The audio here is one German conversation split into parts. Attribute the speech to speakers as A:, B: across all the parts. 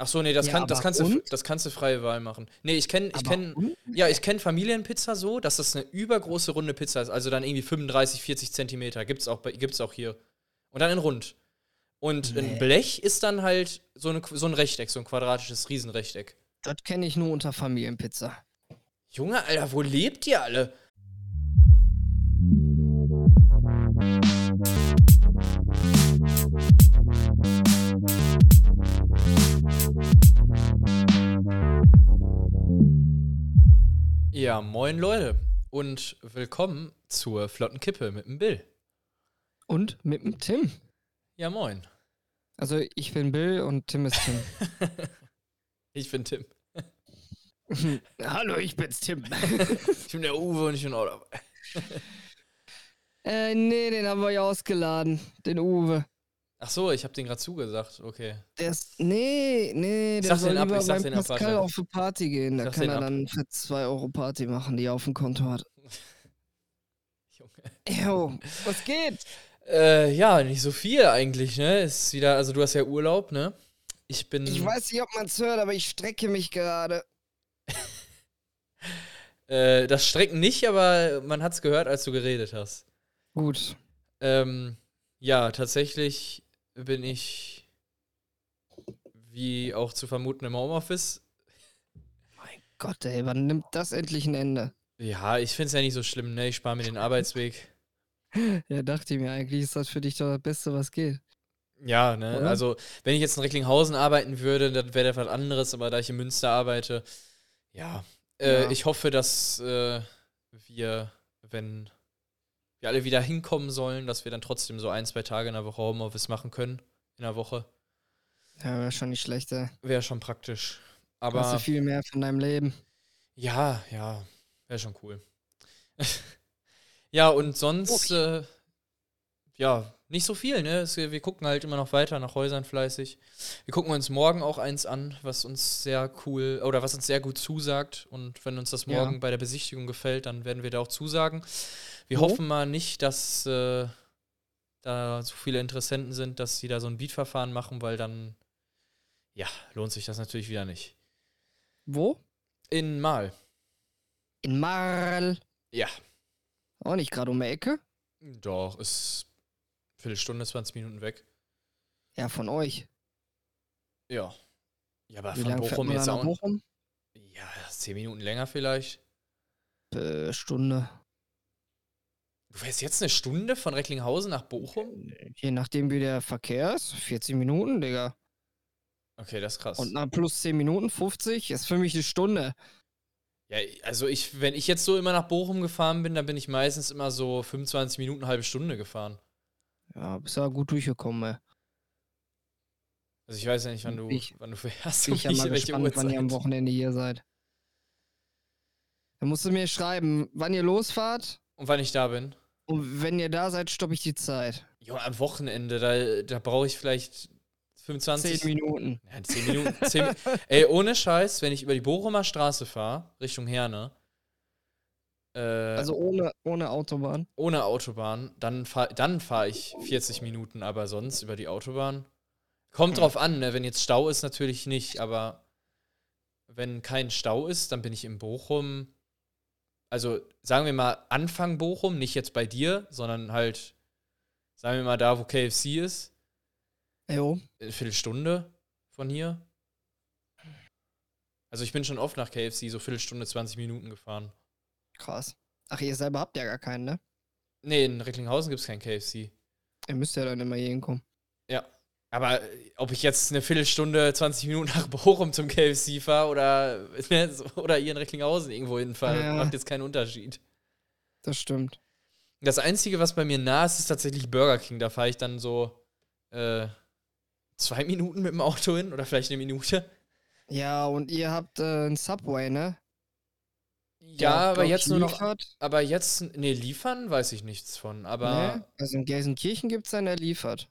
A: Ach so, nee, das,
B: Ja,
A: kann, das,
B: aber
A: kannst du,
B: und?
A: das kannst du freie Wahl machen. Nee, ich kenne ich
B: Aber
A: kenn,
B: und?
A: ja, ich kenn Familienpizza so, dass das eine übergroße runde Pizza ist. Also dann irgendwie 35, 40 Zentimeter. Gibt's auch, bei- gibt's auch hier. Und dann in rund. Und ein
B: Nee.
A: Blech ist dann halt so, eine, so ein Rechteck, so ein quadratisches Riesenrechteck.
B: Das kenne ich nur unter Familienpizza.
A: Junge, Alter, wo lebt ihr alle? Ja, moin Leute und willkommen zur flotten Kippe mit dem Bill.
B: Und mit dem Tim.
A: Ja, moin.
B: Also ich bin Bill und Tim ist Tim.
A: Ich bin Tim.
B: Hallo, ich bin's Tim.
A: Ich bin der Uwe und ich bin auch dabei.
B: äh, nee, den haben wir ja ausgeladen. Den Uwe.
A: Ach so, ich habe den gerade zugesagt. Okay.
B: Der ist. Nee, nee,
A: Ich
B: der
A: sag
B: soll
A: den ab,
B: lieber
A: ich sag
B: beim
A: den ab, warte.
B: Pascal auf eine Party gehen. Da
A: Sag
B: kann
A: den
B: er
A: ab.
B: dann für 2 Euro Party machen, die er auf dem Konto hat.
A: Junge.
B: Ew, was geht?
A: Äh, ja, nicht so viel eigentlich, ne? Ist wieder, also du hast ja Urlaub, ne? Ich bin.
B: Ich weiß nicht, ob man's hört, aber ich strecke mich gerade.
A: Äh, das Strecken nicht, aber man hat's gehört, als du geredet hast.
B: Gut.
A: Ähm, ja, tatsächlich bin ich, wie auch zu vermuten, im Homeoffice.
B: Mein Gott, ey, wann nimmt das endlich ein Ende?
A: Ja, ich find's ja nicht so schlimm, ne? Ich spare mir den Arbeitsweg.
B: Ja, dachte ich mir, eigentlich ist das für dich doch das Beste, was geht.
A: Ja, ne?
B: Oder?
A: Also, wenn ich jetzt in Recklinghausen arbeiten würde, dann wäre das was anderes, aber da ich in Münster arbeite, ja. Äh,
B: Ja.
A: Ich hoffe, dass äh, wir, wenn wir alle wieder hinkommen sollen, dass wir dann trotzdem so ein, zwei Tage in der Woche Homeoffice machen können. In der Woche.
B: Ja, wäre schon nicht schlecht, ey.
A: Wäre schon praktisch.
B: Hast du
A: Aber
B: viel mehr von deinem Leben.
A: ja, ja, wäre schon cool. ja, und sonst, äh, ja, nicht so viel, ne? Es, wir gucken halt immer noch weiter nach Häusern fleißig. Wir gucken uns morgen auch eins an, was uns sehr cool oder was uns sehr gut zusagt. Und wenn uns das
B: Ja.
A: morgen bei der Besichtigung gefällt, dann werden wir da auch zusagen. Wir
B: Wo?
A: hoffen mal nicht, dass äh, da so viele Interessenten sind, dass sie da so ein Beatverfahren machen, weil dann, ja, lohnt sich das natürlich wieder nicht.
B: Wo?
A: In Mal.
B: In Marl.
A: Ja.
B: Auch nicht gerade um die Ecke.
A: Doch, ist Viertelstunde, 20 Minuten weg.
B: Ja, von euch.
A: Ja. Ja, aber
B: Wie
A: von
B: lange fährt
A: Bochum
B: man da
A: jetzt
B: nach
A: auch.
B: Bochum?
A: Ja, 10 Minuten länger vielleicht.
B: Äh, Stunde.
A: Du fährst jetzt eine Stunde von Recklinghausen nach Bochum?
B: Je nachdem, wie der Verkehr ist. 40 Minuten, Digga.
A: Okay, das ist krass.
B: Und nach plus 10 Minuten 50 ist für mich eine Stunde.
A: Ja, also ich, wenn ich jetzt so immer nach Bochum gefahren bin, dann bin ich meistens immer so 25 Minuten, halbe Stunde gefahren.
B: Ja, bist ja gut durchgekommen, ey.
A: Also ich weiß ja nicht, wann du,
B: Ich-
A: wann du fährst
B: Bin
A: und
B: ich ja mal
A: welche
B: gespannt, wann ihr am
A: Uhrzeit.
B: Wochenende hier seid. Dann musst du mir schreiben, wann ihr losfahrt.
A: Und wann ich da bin.
B: Und wenn ihr da seid, stoppe ich die Zeit.
A: Jo, am Wochenende, da, da brauche ich vielleicht
B: 10
A: 25
B: Minuten.
A: Ja, 10 Minuten. 10, Mi- ey, ohne Scheiß, wenn ich über die Bochumer Straße fahre, Richtung Herne, äh,
B: Also ohne, ohne Autobahn.
A: ohne Autobahn, dann fahre dann fahr ich 40 Minuten, aber sonst über die Autobahn. Kommt drauf an, ne? wenn jetzt Stau ist, natürlich nicht, aber wenn kein Stau ist, dann bin ich in Bochum. Also sagen wir mal Anfang Bochum, nicht jetzt bei dir, sondern halt, sagen wir mal da, wo KFC ist,
B: Jo.
A: eine äh, Viertelstunde von hier. Also ich bin schon oft nach KFC, so Viertelstunde, 20 Minuten gefahren.
B: Krass. Ach, ihr selber habt ja gar keinen, ne?
A: Nee, in Recklinghausen gibt es kein KFC.
B: Ihr müsst ja dann immer hier hinkommen.
A: Aber äh, ob ich jetzt eine Viertelstunde, 20 Minuten nach Bochum zum KFC fahre oder, ne, so- oder hier in Recklinghausen irgendwo hinfahre,
B: Ja.
A: macht jetzt keinen Unterschied.
B: Das stimmt.
A: Das Einzige, was bei mir nah ist, ist tatsächlich Burger King. Da fahre ich dann so äh, zwei Minuten mit dem Auto hin oder vielleicht eine Minute.
B: Ja, und ihr habt äh, einen Subway, ne? Der
A: Ja,
B: auch,
A: aber
B: glaub
A: jetzt
B: ich,
A: nur noch.
B: liefert.
A: Aber jetzt, nee, liefern weiß ich nichts von. Aber
B: Ne? Also in Gelsenkirchen gibt's einen, der liefert.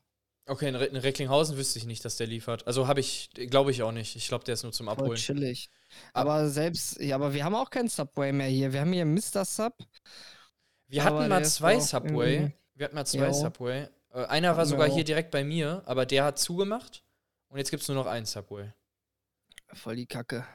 A: Okay, in, Re in Recklinghausen wüsste ich nicht, dass der liefert. Also habe ich, glaube ich auch nicht. Ich glaube, der ist nur zum
B: Voll
A: Abholen.
B: chillig. Aber selbst, ja, aber wir haben auch keinen Subway mehr hier. Wir haben hier Mr. Sub.
A: Wir
B: aber
A: hatten
B: der
A: mal
B: ist
A: zwei
B: auch
A: Subway.
B: irgendwie-
A: Wir hatten mal zwei
B: Ja. oh.
A: Subway. Äh, einer war
B: Hatten wir
A: sogar
B: auch.
A: hier direkt bei mir, aber der hat zugemacht. Und jetzt gibt es nur noch einen Subway.
B: voll die Kacke.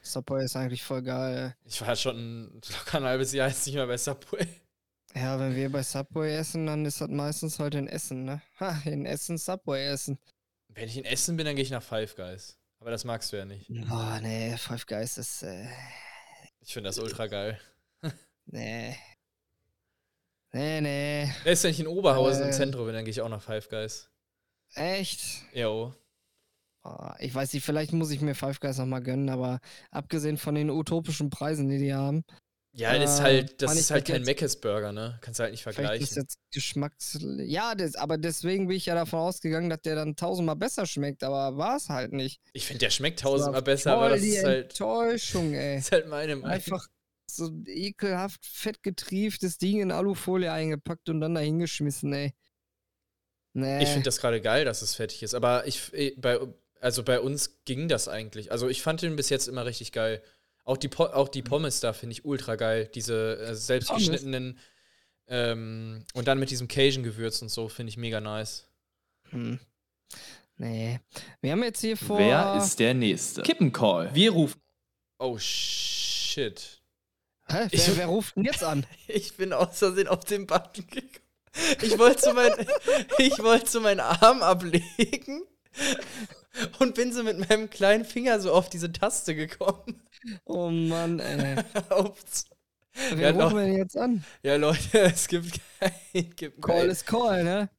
B: Subway ist eigentlich voll geil.
A: Ich war schon locker ein halbes Jahr jetzt nicht mehr bei Subway.
B: Ja, wenn wir bei Subway essen, dann ist das meistens heute in Essen, ne? Ha, in Essen Subway essen.
A: Wenn ich in Essen bin, dann gehe ich nach Five Guys. Aber das magst du ja nicht.
B: Oh, nee, Five Guys ist, äh,
A: Ich finde das ultra geil.
B: nee. Nee, nee.
A: Wer ist denn nicht in Oberhausen
B: Äh.
A: im Zentrum? Dann gehe ich auch nach Five Guys.
B: Echt?
A: Jo.
B: Oh, ich weiß nicht, vielleicht muss ich mir Five Guys nochmal gönnen, aber abgesehen von den utopischen Preisen, die die haben,
A: Ja, das ist
B: Äh,
A: halt, das
B: Mann,
A: ist
B: ich
A: halt kein
B: vergesse-
A: Mc's Burger, ne? Kannst du halt nicht
B: vielleicht ist
A: vergleichen.
B: jetzt Geschmacks... Ja, das, aber deswegen bin ich ja davon ausgegangen, dass der dann tausendmal besser schmeckt, aber war es halt nicht.
A: Ich finde, der schmeckt
B: Das war
A: tausendmal besser,
B: voll
A: aber das
B: die
A: ist halt,
B: Enttäuschung, ey.
A: ist halt meine Meinung.
B: Einfach so ein ekelhaft fett getrieftes Ding in Alufolie eingepackt und dann dahin geschmissen, ey. Nee.
A: Ich finde das gerade geil, dass es fertig ist. Aber ich, eh, bei, also bei uns ging das eigentlich. Also ich fand den bis jetzt immer richtig geil. Auch die, Po- auch
B: Mhm.
A: die Pommes da finde ich ultra geil. Diese äh, selbstgeschnittenen ähm, und dann mit diesem Cajun-Gewürz und so finde ich mega nice.
B: Hm. Nee. Wir haben jetzt hier vor.
C: Wer ist der Nächste? Kippencall. Wir rufen
A: Oh shit.
B: Hä? Wer,
A: Ich-
B: wer ruft denn jetzt an?
A: Ich bin aus Versehen auf den Button gekommen. Ich wollte so, mein, ich wollte so meinen Arm ablegen und bin so mit meinem kleinen Finger so auf diese Taste gekommen.
B: Oh Mann, ey.
A: Ups. Ja,
B: Wer
A: doch.
B: ruft denn jetzt an?
A: Ja, Leute, es gibt kein. Gibt
B: Call
A: kein.
B: is Call, ne?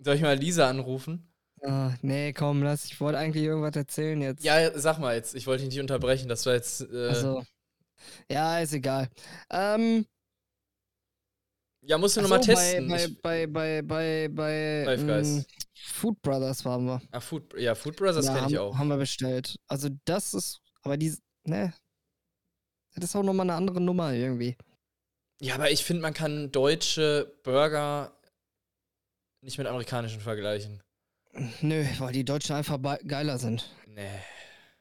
A: Soll ich mal Lisa anrufen?
B: Ah, nee, komm, lass. Ich wollte eigentlich irgendwas erzählen jetzt.
A: Ja, sag mal jetzt. Ich wollte dich nicht unterbrechen. Das war jetzt. Äh,
B: Also. Ja, ist egal. Ähm,
A: ja, musst du
B: achso,
A: nochmal testen.
B: Bei,
A: ich,
B: bei, bei, bei, bei, bei
A: Five Guys.
B: mh, Food Brothers waren wir.
A: ah, Food, ja, Food Brothers
B: ja,
A: kenne ich
B: haben,
A: auch.
B: Haben wir bestellt. Also das ist, aber die, ne? Das ist auch nochmal eine andere Nummer irgendwie.
A: Ja, aber ich finde, man kann deutsche Burger nicht mit amerikanischen vergleichen.
B: Nö, weil die Deutschen einfach be- geiler sind.
A: Nee.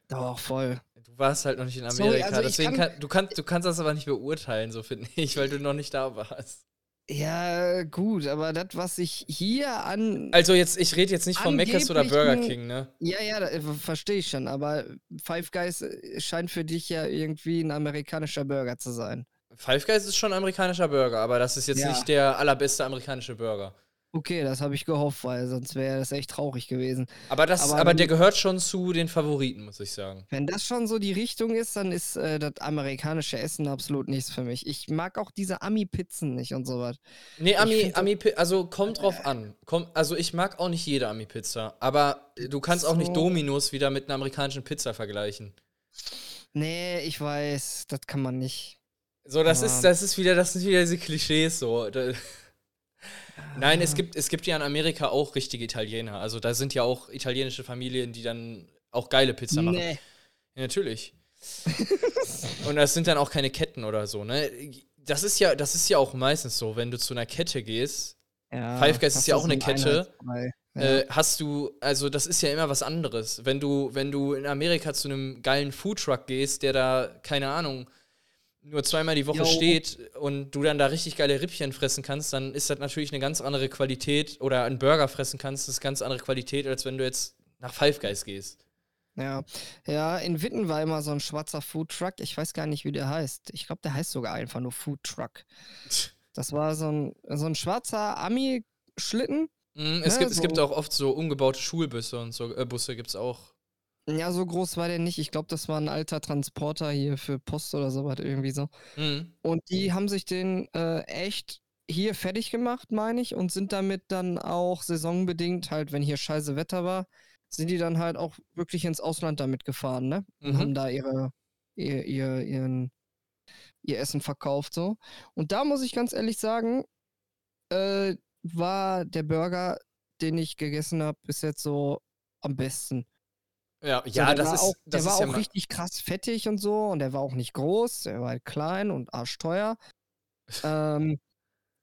B: Doch, voll.
A: Du warst halt noch nicht in
B: Sorry,
A: Amerika,
B: also ich
A: deswegen
B: kann-
A: kann, du, kannst, du kannst das aber nicht beurteilen, so finde ich, weil du noch nicht da warst.
B: Ja, gut, aber das, was ich hier an.
A: Also jetzt, ich rede jetzt nicht von Mc's oder
B: Angeblich
A: Burger
B: ein-
A: King, ne?
B: Ja, ja, da- äh, verstehe ich schon, aber Five Guys äh, scheint für dich ja irgendwie ein amerikanischer Burger zu sein.
A: Five Guys ist schon ein amerikanischer Burger, aber das ist jetzt
B: Ja.
A: nicht der allerbeste amerikanische Burger.
B: Okay, das habe ich gehofft, weil sonst wäre das echt traurig gewesen.
A: Aber, das,
B: Aber
A: aber,
B: wenn-
A: der gehört schon zu den Favoriten, muss ich sagen.
B: Wenn das schon so die Richtung ist, dann ist äh, das amerikanische Essen absolut nichts für mich. Ich mag auch diese Ami-Pizzen nicht und sowas.
A: Nee, Ami,
B: find-
A: Ami, Pi- also
B: Äh.
A: kommt drauf an. Komm, also ich mag auch nicht jede Ami-Pizza, aber du kannst auch nicht
B: So.
A: Dominos wieder mit einer amerikanischen Pizza vergleichen.
B: Nee, ich weiß, das kann man nicht.
A: So, das
B: Ja.
A: ist, das ist wieder, das sind wieder diese Klischees so. Da- Nein, es gibt, es gibt ja in Amerika auch richtige Italiener. Also da sind ja auch italienische Familien, die dann auch geile Pizza machen.
B: Nee.
A: Ja, natürlich. und das sind dann auch keine Ketten oder so, ne? Das ist ja, das ist ja auch meistens so, wenn du zu einer Kette gehst,
B: Ja,
A: Five Guys ist
B: das
A: ja auch eine
B: ein
A: Kette.
B: Einheitsbrei. Ja.
A: äh, hast du, also das ist ja immer was anderes. Wenn du, wenn du in Amerika zu einem geilen Foodtruck gehst, der da, keine Ahnung, nur zweimal die Woche
B: Jo.
A: steht und du dann da richtig geile Rippchen fressen kannst, dann ist das natürlich eine ganz andere Qualität oder einen Burger fressen kannst, das ist ganz andere Qualität, als wenn du jetzt nach Five Guys gehst.
B: ja. ja, in Witten war immer so ein schwarzer Food Truck. Ich weiß gar nicht, wie der heißt. Ich glaube, der heißt sogar einfach nur Food Truck. Das war so ein, so ein schwarzer Ami-Schlitten.
A: Mm, es,
B: Ne,
A: gibt, es gibt
B: so.
A: auch oft so umgebaute Schulbusse und so, äh, Busse gibt es auch.
B: Ja, so groß war der nicht. Ich glaube, das war ein alter Transporter hier für Post oder sowas irgendwie so.
A: Mm.
B: Und die haben sich den äh, echt hier fertig gemacht, meine ich, und sind damit dann auch saisonbedingt, halt, wenn hier scheiße Wetter war, sind die dann halt auch wirklich ins Ausland damit gefahren, ne? Und
A: Mhm.
B: haben da ihre, ihr, ihr, ihren, ihr Essen verkauft, so. Und da muss ich ganz ehrlich sagen, äh, war der Burger, den ich gegessen habe, bis jetzt so am besten.
A: Ja,
B: So,
A: ja
B: der
A: das
B: war
A: ist,
B: auch, der
A: das
B: war
A: ist
B: auch
A: ja ma-
B: richtig krass fettig und so und der war auch nicht groß, der war halt klein und arschteuer. ähm,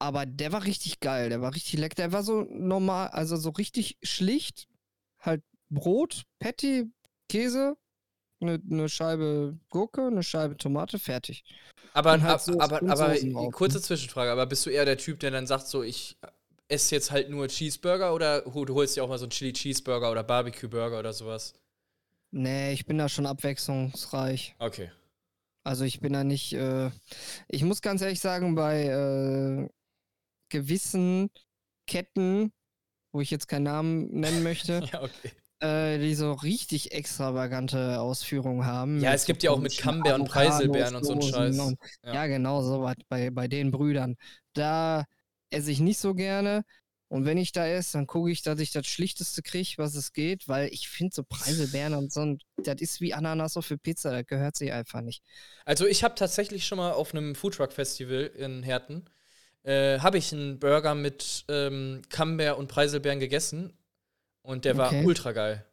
B: aber der war richtig geil, der war richtig lecker, der war so normal, also so richtig schlicht, halt Brot, Patty, Käse, eine ne Scheibe Gurke, eine Scheibe Tomate, fertig.
A: Aber,
B: Und halt
A: ab-
B: so
A: aber,
B: und
A: aber
B: Soßen drauf,
A: kurze Zwischenfrage, aber bist du eher der Typ, der dann sagt, so ich esse jetzt halt nur Cheeseburger oder hol- du holst dir auch mal so einen Chili Cheeseburger oder Barbecue Burger oder sowas?
B: Nee, ich bin da schon abwechslungsreich.
A: Okay.
B: Also ich bin da nicht, äh, ich muss ganz ehrlich sagen, bei äh, gewissen Ketten, wo ich jetzt keinen Namen nennen möchte,
A: Ja, okay.
B: äh, die so richtig extravagante Ausführungen haben.
A: Ja, es gibt
B: so
A: ja auch mit
B: komischen
A: Camembert und
B: Hm, Avocados,
A: Preiselbeeren und so einen
B: Dosen
A: Scheiß.
B: und-
A: Ja.
B: ja. genau, sowas bei, bei den Brüdern. Da esse ich nicht so gerne. Und wenn ich da esse, dann gucke ich, dass ich das Schlichteste kriege, was es geht, weil ich finde so Preiselbeeren und so, ein- das ist wie Ananas auf der Pizza, das gehört sich einfach nicht.
A: Also ich habe tatsächlich schon mal auf einem Foodtruck-Festival in Herten, äh, habe ich einen Burger mit ähm, Camembert und Preiselbeeren gegessen und der war
B: Okay.
A: ultra geil.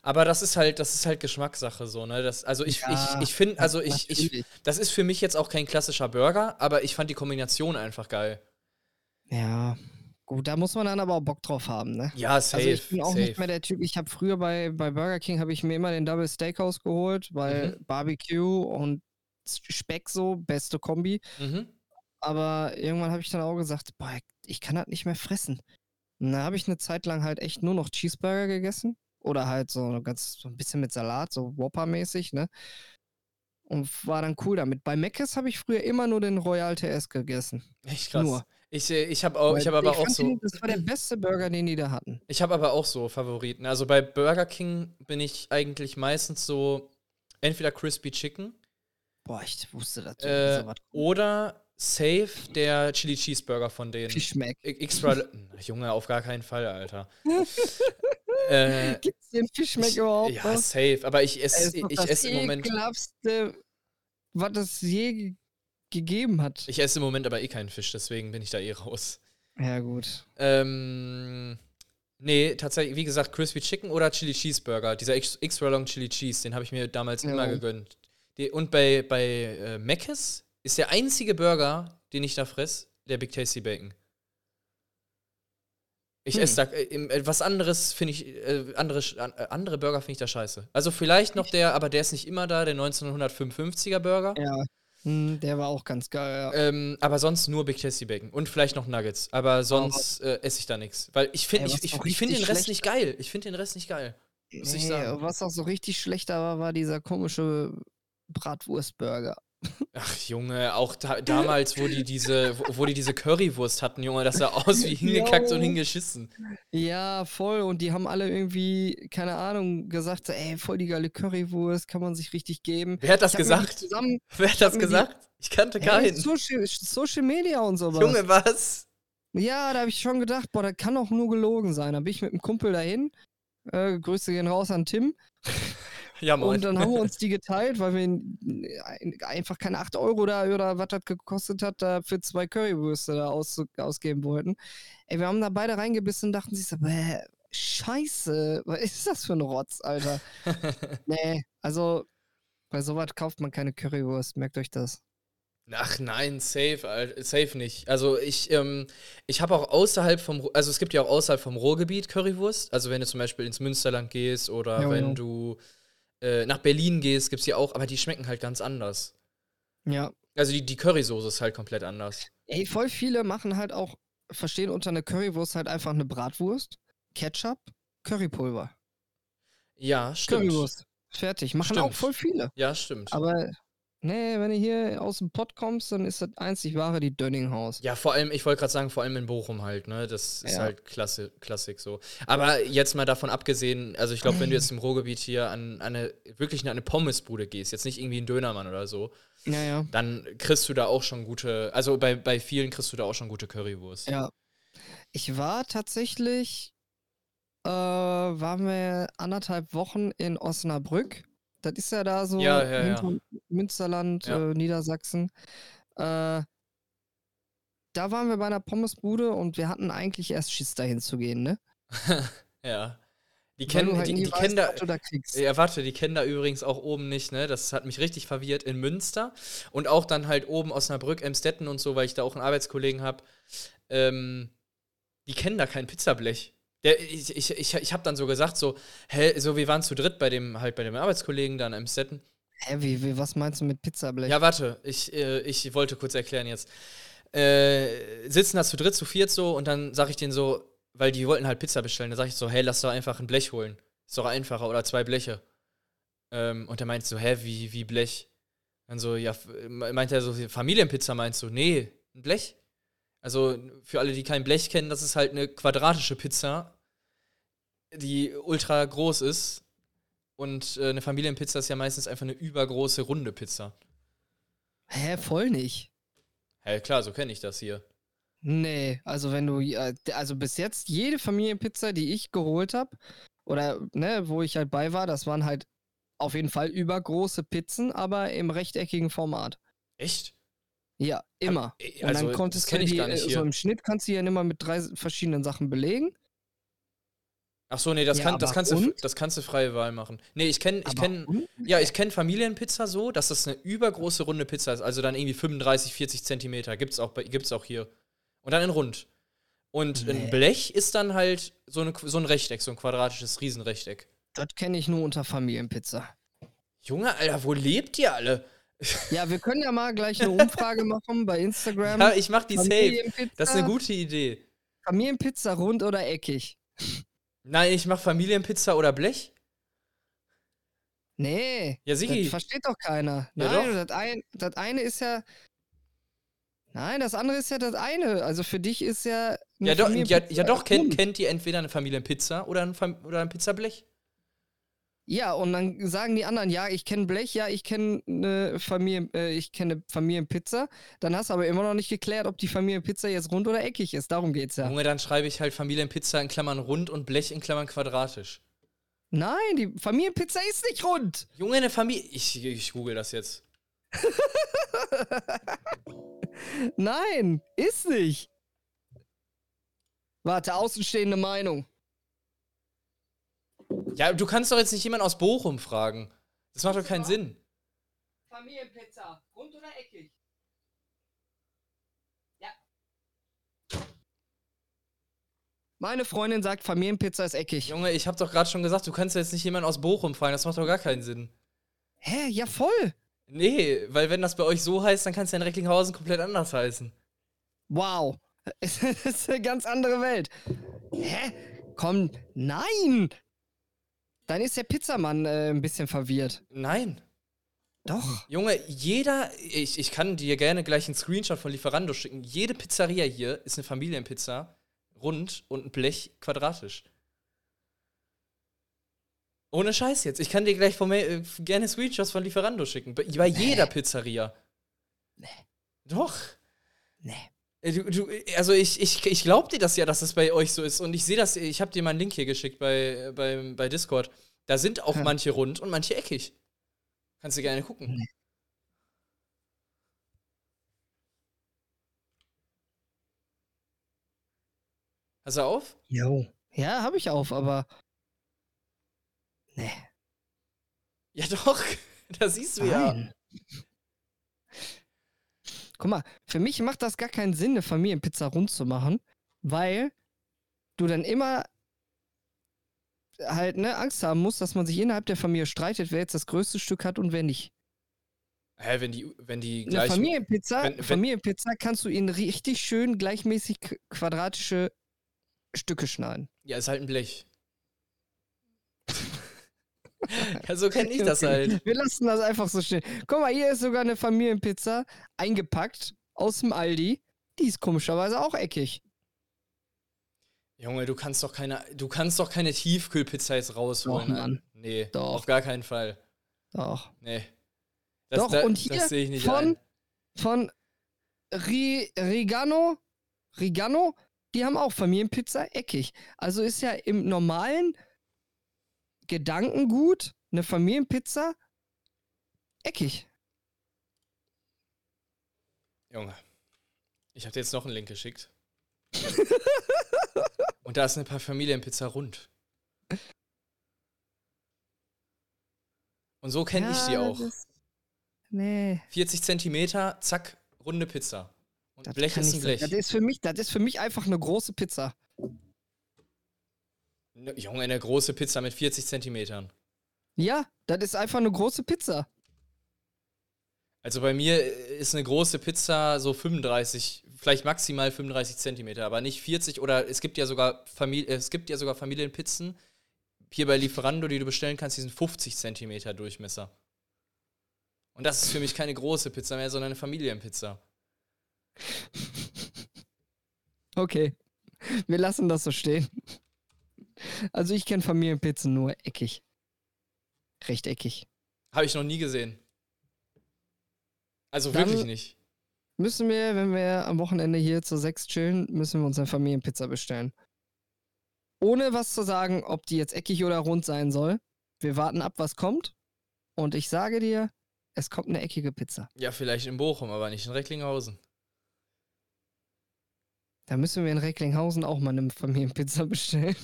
A: Aber das ist halt, das ist halt Geschmackssache so, ne? Das, also ich,
B: Ja,
A: ich, ich finde, also ich, ich,
B: Natürlich.
A: das ist für mich jetzt auch kein klassischer Burger, aber ich fand die Kombination einfach geil.
B: Ja, gut, da muss man dann aber auch Bock drauf haben, ne?
A: Ja, safe.
B: also ich bin auch
A: safe.
B: nicht mehr der Typ, ich habe früher bei, bei Burger King, habe ich mir immer den Double Steakhouse geholt, weil
A: Mhm.
B: Barbecue und Speck so, beste Kombi.
A: mhm.
B: Aber irgendwann habe ich dann auch gesagt, boah, ich kann das nicht mehr fressen. Und dann habe ich eine Zeit lang halt echt nur noch Cheeseburger gegessen. Oder halt so ganz so ein bisschen mit Salat, so Whopper-mäßig, ne? Und war dann cool damit. Bei Mc's habe ich früher immer nur den Royal TS gegessen.
A: Echt krass.
B: Nur.
A: Ich, äh, ich habe ich hab
B: Weil
A: aber auch
B: fand
A: so.
B: Den, das war der beste Burger, den die da hatten.
A: Ich habe aber auch so Favoriten. Also bei Burger King bin ich eigentlich meistens so entweder Crispy Chicken
B: Boah, ich wusste das.
A: äh, oder safe der Chili Cheeseburger von denen.
B: Die schmeckt.
A: I- Extra. Na, Junge, auf gar keinen Fall, Alter. äh,
B: Gibt's den Fischmeck
A: ich-
B: überhaupt
A: ja,
B: noch?
A: safe. Aber ich
B: Ey,
A: esse
B: ist doch
A: ich
B: das
A: ess im Moment.
B: ekelhaftste, was es je ge- gegeben hat.
A: Ich esse im Moment aber eh keinen Fisch, deswegen bin ich da eh raus.
B: ja, gut.
A: Ähm, nee, tatsächlich, wie gesagt, Crispy Chicken oder Chili Cheeseburger. Dieser Ex- extra long Chili Cheese, den habe ich mir damals
B: Ja.
A: immer gegönnt. Die, und bei, bei äh, Mc's ist der einzige Burger, den ich da fress, der Big Tasty Bacon. Ich
B: Hm.
A: esse da äh, im- äh, was anderes finde ich äh, andere sch- an- äh, andere Burger finde ich da scheiße. Also vielleicht noch der, aber der ist nicht immer da, der 1955er Burger.
B: Ja. Hm, der war auch ganz geil, ja.
A: Ähm, aber sonst nur Big Tasty Bacon und vielleicht noch Nuggets. Aber sonst äh, esse ich da nichts. Weil ich finde
B: Ey,
A: ich,
B: was
A: ich,
B: doch
A: ich find den
B: richtig
A: Rest nicht
B: schlecht-
A: geil. Ich finde den Rest nicht geil. Äh, muss ich sagen.
B: Was auch so richtig schlecht war, war dieser komische Bratwurstburger.
A: Ach Junge, auch da, damals, wo die diese, wo, wo die diese Currywurst hatten, Junge, das sah aus wie hingekackt
B: Jo.
A: und hingeschissen.
B: Ja, voll. Und die haben alle irgendwie, keine Ahnung, gesagt, so, ey, voll die geile Currywurst, kann man sich richtig geben.
A: Wer hat das
B: Ich hab mir die
A: gesagt?
B: Zusammen,
A: Wer hat das
B: haben die-
A: gesagt? Ich kannte
B: ey,
A: keinen.
B: Social, Social Media und sowas.
A: Junge, was?
B: Ja, da habe ich schon gedacht, boah, das kann doch nur gelogen sein. Da bin ich mit einem Kumpel dahin. Äh, Grüße gehen raus an Tim.
A: Ja,
B: Und
A: moin.
B: dann haben wir uns die geteilt, weil wir n- einfach keine 8 Euro da oder was das gekostet hat, da für zwei Currywürste da aus, ausgeben wollten. Ey, wir haben da beide reingebissen und dachten sich so, bäh, scheiße, was ist das für ein Rotz, Alter? nee, also bei sowas kauft man keine Currywurst, merkt euch das.
A: Ach nein, safe, Alter, safe nicht. Also ich, ähm, ich habe auch außerhalb vom, Ru- also es gibt ja auch außerhalb vom Ruhrgebiet Currywurst. Also wenn du zum Beispiel ins Münsterland gehst oder
B: Jo,
A: wenn
B: jo.
A: du äh, nach Berlin gehst, gibt's die auch, aber die schmecken halt ganz anders.
B: Ja.
A: Also die, die Currysoße ist halt komplett anders.
B: Ey, voll viele machen halt auch, verstehen unter einer Currywurst halt einfach eine Bratwurst, Ketchup, Currypulver.
A: Ja, stimmt.
B: Currywurst. Fertig. Machen auch
A: Stimmt.
B: voll viele.
A: Ja, stimmt.
B: Aber nee, wenn du hier aus dem Pott kommst, dann ist das einzig wahre die Dönninghaus.
A: ja, vor allem, ich wollte gerade sagen, vor allem in Bochum halt, ne? Das ist
B: Ja.
A: halt klasse, Klassik so. Aber jetzt mal davon abgesehen, also ich glaube, wenn du jetzt im Ruhrgebiet hier an, an eine, wirklich an eine Pommesbude gehst, jetzt nicht irgendwie einen Dönermann oder so,
B: Naja.
A: dann kriegst du da auch schon gute, also bei, bei vielen kriegst du da auch schon gute Currywurst.
B: Ja. Ich war tatsächlich, äh, waren wir anderthalb Wochen in Osnabrück. Das ist ja da so
A: Ja, ja, ja.
B: hinterm Münsterland,
A: Ja.
B: äh, Niedersachsen. Äh, da waren wir bei einer Pommesbude und wir hatten eigentlich erst Schiss dahin zu gehen, ne?
A: Ja. Die
B: Weil du
A: kennen,
B: halt
A: die,
B: nie
A: die
B: weißt,
A: kennen da.
B: was du da kriegst.
A: Ja, warte, die kennen da übrigens auch oben nicht, ne? Das hat mich richtig verwirrt in Münster und auch dann halt oben Osnabrück, Emstetten und so, weil ich da auch einen Arbeitskollegen habe. Ähm, die kennen da kein Pizzablech. Der, ich ich, ich, ich habe dann so gesagt, so, hä, so, wir waren zu dritt bei dem, halt bei dem Arbeitskollegen da in Emstetten.
B: Hä, wie, wie, was meinst du mit Pizzablech?
A: Ja, warte, ich, äh, ich wollte kurz erklären jetzt. Äh, sitzen da zu dritt, zu viert so und dann sag ich denen so, weil die wollten halt Pizza bestellen, dann sag ich so, hey, lass doch einfach ein Blech holen. Ist doch einfacher oder zwei Bleche. Ähm, und er meint so, hä, wie, wie Blech? Dann so, ja, f- meint er so, Familienpizza meinst du? Nee, ein Blech? Also für alle, die kein Blech kennen, das ist halt eine quadratische Pizza, die ultra groß ist. Und äh, eine Familienpizza ist ja meistens einfach eine übergroße, runde Pizza.
B: Hä, voll nicht.
A: Hä, klar, so kenne ich das hier.
B: Nee, also wenn du, äh, also bis jetzt jede Familienpizza, die ich geholt habe, oder ne, wo ich halt bei war, das waren halt auf jeden Fall übergroße Pizzen, aber im rechteckigen Format.
A: Echt?
B: Ja, immer.
A: Äh,
B: Und dann konntest
A: das kenne
B: du
A: ich
B: die,
A: gar nicht
B: äh,
A: hier.
B: so im Schnitt kannst du die dann immer mit drei verschiedenen Sachen belegen.
A: Ach so, nee, das,
B: Ja,
A: kann, das,
B: aber
A: kannst du,
B: und?
A: das kannst du freie Wahl machen. Nee, ich kenne ich
B: aber
A: kenn,
B: un-
A: ja, ich kenn Familienpizza so, dass das eine übergroße runde Pizza ist. Also dann irgendwie 35, 40 Zentimeter. Gibt's auch, bei- gibt's auch hier. Und dann in rund. Und
B: Nee.
A: ein Blech ist dann halt so, eine, so ein Rechteck, so ein quadratisches Riesenrechteck.
B: Das kenne ich nur unter Familienpizza.
A: Junge, Alter, wo lebt ihr alle?
B: Ja, wir können ja mal gleich eine Umfrage machen bei Instagram.
A: Ja, ich mach Halt die safe.
B: Ähm, Familienpizza,
A: Das ist eine gute Idee.
B: Familienpizza rund oder eckig?
A: Nein, ich mach Familienpizza oder Blech.
B: Nee,
A: Ja,
B: das
A: Sigi.
B: versteht doch keiner.
A: Ja,
B: Nein, das, ein, das eine ist ja. Nein, das andere ist ja das eine. Also für dich ist ja. eine
A: Ja, doch, ja,
B: Familienpizza
A: ja, doch kennt,
B: rund.
A: kennt ihr entweder eine Familienpizza oder ein, Fam oder ein Pizzablech?
B: Ja, und dann sagen die anderen, ja, ich kenne Blech, ja, ich kenne eine Familien, äh, ich kenne Familienpizza. Dann hast du aber immer noch nicht geklärt, ob die Familienpizza jetzt rund oder eckig ist. Darum geht's ja.
A: Junge, dann schreibe ich halt Familienpizza in Klammern rund und Blech in Klammern quadratisch.
B: Nein, die Familienpizza ist nicht rund.
A: Junge, eine Familie. Ich, ich google das jetzt.
B: Nein, ist nicht. Warte, außenstehende Meinung.
A: Ja, du kannst doch jetzt nicht jemanden aus Bochum fragen. Das macht doch keinen Sinn.
B: Familienpizza, rund oder eckig? Ja. Meine Freundin sagt, Familienpizza ist eckig.
A: Junge, ich habe doch gerade schon gesagt, du kannst jetzt nicht jemanden aus Bochum fragen. Das macht doch gar keinen Sinn.
B: Hä, ja voll.
A: Nee, weil wenn das bei euch so heißt, dann kann es ja in Recklinghausen komplett anders heißen.
B: Wow. Es ist eine ganz andere Welt. Hä? Komm, nein. Dann ist der Pizzamann äh, ein bisschen verwirrt.
A: Nein.
B: Doch.
A: Junge, jeder, ich, ich kann dir gerne gleich einen Screenshot von Lieferando schicken. Jede Pizzeria hier ist eine Familienpizza, rund und ein Blech quadratisch. Ohne Scheiß jetzt. Ich kann dir gleich von, mir, äh, gerne Screenshots von Lieferando schicken. Bei, bei jeder Pizzeria. Nee. Doch.
B: Nee.
A: Äh, Du, du, äh, also ich, ich, ich glaube dir das ja, dass es bei euch so ist. Und ich sehe das, ich habe dir mal einen Link hier geschickt bei, äh, beim- bei Discord. Da sind auch
B: Ja.
A: manche rund und manche eckig. Kannst du gerne gucken. Hast du auf?
B: Jo. Ja, habe ich auf, aber
A: Ja doch, da siehst du ja.
B: Nein. Guck mal, für mich macht das gar keinen Sinn, eine Familienpizza rund zu machen, weil du dann immer halt ne, Angst haben musst, dass man sich innerhalb der Familie streitet, wer jetzt das größte Stück hat und wer nicht.
A: Hä, wenn die, wenn die
B: Eine
A: gleich.
B: Familienpizza,
A: wenn- wenn-
B: Familienpizza kannst du in richtig schön gleichmäßig qu- quadratische Stücke schneiden.
A: Ja, ist halt ein Blech. ja, so kenne ich das halt.
B: Wir lassen das einfach so stehen. Guck mal, hier ist sogar eine Familienpizza eingepackt aus dem Aldi. Die ist komischerweise auch eckig.
A: Junge, du kannst doch keine, du kannst doch keine Tiefkühlpizza jetzt rausholen.
B: Doch, Mann.
A: Nee,
B: Doch.
A: auf gar keinen Fall.
B: Doch.
A: Nee.
B: Doch, und hier
A: das sehe ich nicht
B: von-
A: ein.
B: von Ri Rigano, Rigano, die haben auch Familienpizza eckig. Also ist ja im normalen Gedankengut eine Familienpizza eckig.
A: Junge. Ich habe dir jetzt noch einen Link geschickt. und da ist eine paar Familienpizza rund. Und so kenne ich die
B: Ja,
A: auch.
B: das ist- Nee.
A: 40 Zentimeter, zack, runde Pizza. Und
B: das
A: Blech
B: kann
A: ist
B: nicht
A: ein
B: sein.
A: Blech.
B: Das ist, für mich, das ist für mich einfach eine große Pizza.
A: Ne, Junge, eine große Pizza mit 40 Zentimetern.
B: Ja, das ist einfach eine große Pizza.
A: Also bei mir äh, ist eine große Pizza so 35, vielleicht maximal 35 Zentimeter, aber nicht 40 oder es gibt ja sogar Famili- äh, es gibt ja sogar Familienpizzen, hier bei Lieferando, die du bestellen kannst, die sind 50 Zentimeter Durchmesser. Und das ist für mich keine große Pizza mehr, sondern eine Familienpizza.
B: Okay. Wir lassen das so stehen. Also ich kenne Familienpizzen nur eckig. Rechteckig.
A: Habe ich noch nie gesehen. Also
B: Dann-
A: wirklich nicht.
B: Müssen wir, wenn wir am Wochenende hier zur 6 chillen, müssen wir uns eine Familienpizza bestellen. Ohne was zu sagen, ob die jetzt eckig oder rund sein soll. Wir warten ab, was kommt. Und ich sage dir, es kommt eine eckige Pizza.
A: Ja, vielleicht in Bochum, aber nicht in Recklinghausen.
B: Da müssen wir in Recklinghausen auch mal eine Familienpizza bestellen.